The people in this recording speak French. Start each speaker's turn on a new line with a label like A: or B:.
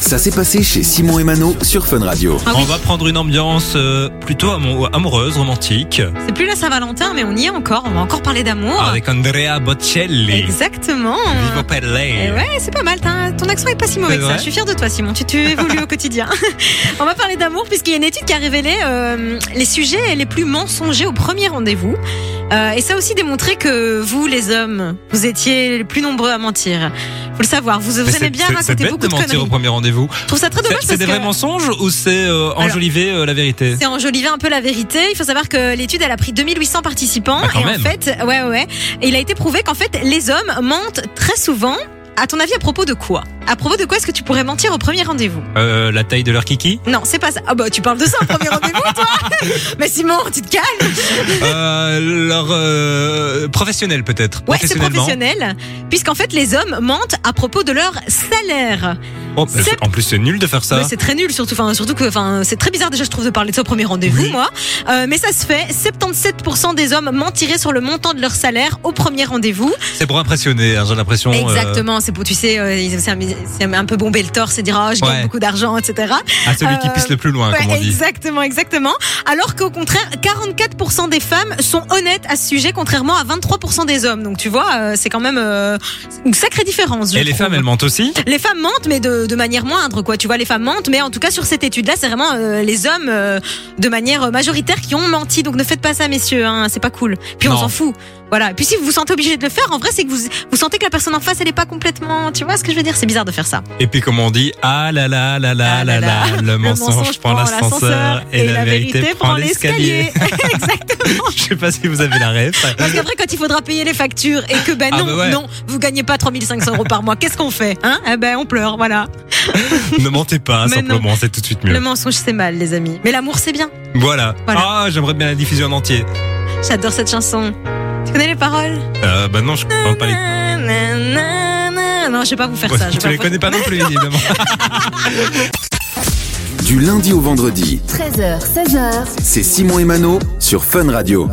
A: Ça s'est passé chez Simon et Mano sur Fun Radio.
B: Ah oui.
C: On va prendre une ambiance euh, plutôt amo- amoureuse, romantique,
B: C'est plus la Saint-Valentin, mais on y est encore. On va encore parler d'amour.
C: avec Andrea Bocelli.
B: Exactement.
C: Vivo Pelle.
B: Et Eh ouais, c'est pas mal. t'as- Ton accent est pas si
C: C'est
B: mauvais que ça.
C: vrai
B: Je suis fière de toi, Simon. Tu, tu évolues au quotidien. on va parler d'amour puisqu'il y a une étude qui a révélé euh, les sujets les plus mensongers au premier rendez-vous. Euh, et ça a aussi démontré que vous, les hommes, vous étiez les plus nombreux à mentir. Faut le savoir. Vous,
C: Mais
B: vous aimez
C: c'est-
B: bien
C: c'est- C'est
B: raconter
C: bête
B: beaucoup
C: de
B: de
C: mentir au
B: conneries.
C: premier rendez-vous.
B: Je trouve ça très
C: C'est-
B: dommage
C: C'est
B: parce
C: des
B: que.
C: vrais mensonges ou c'est euh, enjoliver euh, la vérité
B: C'est enjoliver un peu la vérité. Il faut savoir que l'étude, elle a pris 2800 participants.
C: Bah, quand
B: et
C: même.
B: en fait, ouais, ouais. Et il a été prouvé qu'en fait, les hommes mentent très souvent. À ton avis, à propos de quoi À propos de quoi est-ce que tu pourrais mentir au premier rendez-vous
C: Euh, La taille de leur kiki
B: Non, c'est pas ça. Ah bah, tu parles de ça au premier rendez-vous, toi Mais Simon, tu te calmes
C: Euh, Leur euh, professionnel peut-être
B: Ouais, c'est
C: Professionnellement.
B: professionnel. Puisqu'en fait, les hommes mentent à propos de leur salaire.
C: Oh, bah,
B: C'est-
C: en plus c'est nul de faire ça.
B: Mais c'est très nul, surtout. Enfin, surtout que enfin, c'est très bizarre, déjà, je trouve, de parler de ça au premier rendez-vous,
C: Oui.
B: moi. Euh, mais ça se fait. 77% des hommes mentiraient sur le montant de leur salaire au premier rendez-vous.
C: C'est pour impressionner, hein, j'ai l'impression. euh,
B: Exactement, c'est pour, tu sais, euh, ils- c'est un, c'est un peu bomber le torse et dire, Ah, je gagne
C: Ouais.
B: beaucoup d'argent, etc.
C: à celui qui
B: Euh,
C: pisse le plus loin,
B: Ouais,
C: comme on dit.
B: exactement, exactement. Alors qu'au contraire, 44% des femmes sont honnêtes à ce sujet, contrairement à 23% des hommes. Donc tu vois, euh, c'est quand même euh, une sacrée différence. je
C: Et les
B: trouve.
C: femmes, elles mentent aussi
B: Les femmes mentent, mais de, de manière moindre, quoi. Tu vois, les femmes mentent, mais en tout cas, sur cette étude-là, c'est vraiment euh, les hommes, euh, de manière majoritaire, qui ont menti. Donc ne faites pas ça, messieurs, hein, c'est pas cool. Puis
C: Non.
B: on s'en fout. Voilà. Et Puis si vous vous sentez obligé de le faire, en vrai, c'est que vous, vous sentez que la personne en face, elle est pas complètement. Tu vois ce que je veux dire C'est bizarre de faire ça.
C: Et puis comme on dit, ah là là là là
B: Ah
C: là là, le mensonge prend l'ascenseur et la vérité prend l'escalier.
B: Exactement.
C: Je sais pas si vous avez la ref.
B: Parce qu'après, quand il faudra payer les factures et que, ben
C: Ah
B: non,
C: bah ouais.
B: non, vous gagnez pas 3500 euros par mois, qu'est-ce qu'on fait hein Eh ben, on pleure, voilà.
C: ne mentez pas,
B: Mais non.
C: simplement, c'est tout de suite
B: Le
C: mieux.
B: mensonge, c'est mal, les amis. Mais l'amour, c'est bien.
C: Voilà.
B: Voilà.
C: Ah, j'aimerais bien la diffuser en entier.
B: J'adore cette chanson. Tu connais les paroles
C: Euh, bah non, je comprends pas les...
B: Na, na, na. Non, je vais pas vous faire ça. je vais
C: tu les
B: vous-
C: connais pas non plus, évidemment.
A: Du lundi au vendredi,
D: 13h, 16h.
A: c'est Simon et Mano sur Fun Radio.